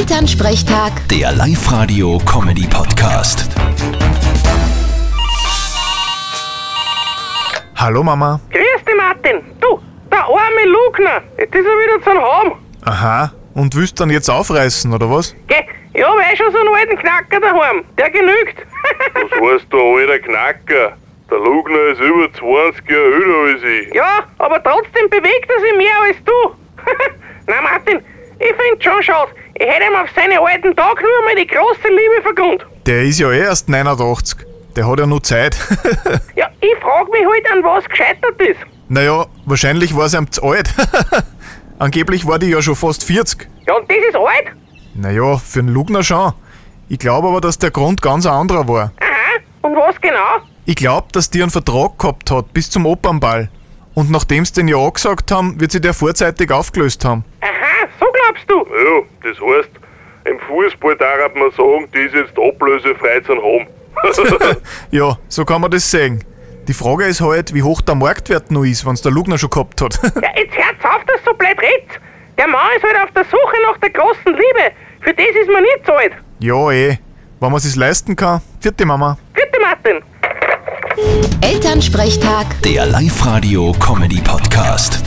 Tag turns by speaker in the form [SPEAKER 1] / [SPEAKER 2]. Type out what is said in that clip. [SPEAKER 1] Elternsprechtag,
[SPEAKER 2] Der Live-Radio-Comedy-Podcast.
[SPEAKER 3] Hallo Mama.
[SPEAKER 4] Grüß dich, Martin. Du, der arme Lugner, jetzt ist er wieder zu Hause.
[SPEAKER 3] Aha. Und willst dann jetzt aufreißen, oder was?
[SPEAKER 4] Geh, ich hab eh schon so einen alten Knacker daheim. Der genügt.
[SPEAKER 5] Was heißt du, alter Knacker? Der Lugner ist über 20 Jahre älter als ich.
[SPEAKER 4] ja, aber trotzdem bewegt er sich mehr als du. Na, Martin, ich find's schon schade. Ich hätte ihm auf seine alten Tage nur mal die große Liebe vergund.
[SPEAKER 3] Der ist ja eh erst 89. Der hat ja nur Zeit.
[SPEAKER 4] Ja, ich frag mich halt, an was gescheitert ist.
[SPEAKER 3] naja, wahrscheinlich war es ihm zu alt. Angeblich war die ja schon fast 40.
[SPEAKER 4] Ja, und das ist alt?
[SPEAKER 3] Naja, für den Lugner schon. Ich glaube aber, dass der Grund ganz ein anderer war.
[SPEAKER 4] Aha, und was genau?
[SPEAKER 3] Ich glaube, dass die einen Vertrag gehabt hat bis zum Opernball. Und nachdem sie den ja angesagt haben, wird sie der vorzeitig aufgelöst haben.
[SPEAKER 4] Aha, so glaubst du.
[SPEAKER 5] Ja, das heißt, im Fußball darf man sagen, die ist jetzt ablösefrei zu haben.
[SPEAKER 3] Ja, so kann man das sehen. Die Frage ist halt, wie hoch der Marktwert noch ist, wenn's der Lugner schon gehabt hat.
[SPEAKER 4] Ja, jetzt hört's auf, dass du so blöd redst. Der Mann ist halt auf der Suche nach der großen Liebe. Für das ist man nicht zu alt.
[SPEAKER 3] Ja, eh. Wenn man es leisten kann. Vierte Mama.
[SPEAKER 4] Bitte, Martin.
[SPEAKER 1] Elternsprechtag.
[SPEAKER 2] Der Live-Radio-Comedy-Podcast.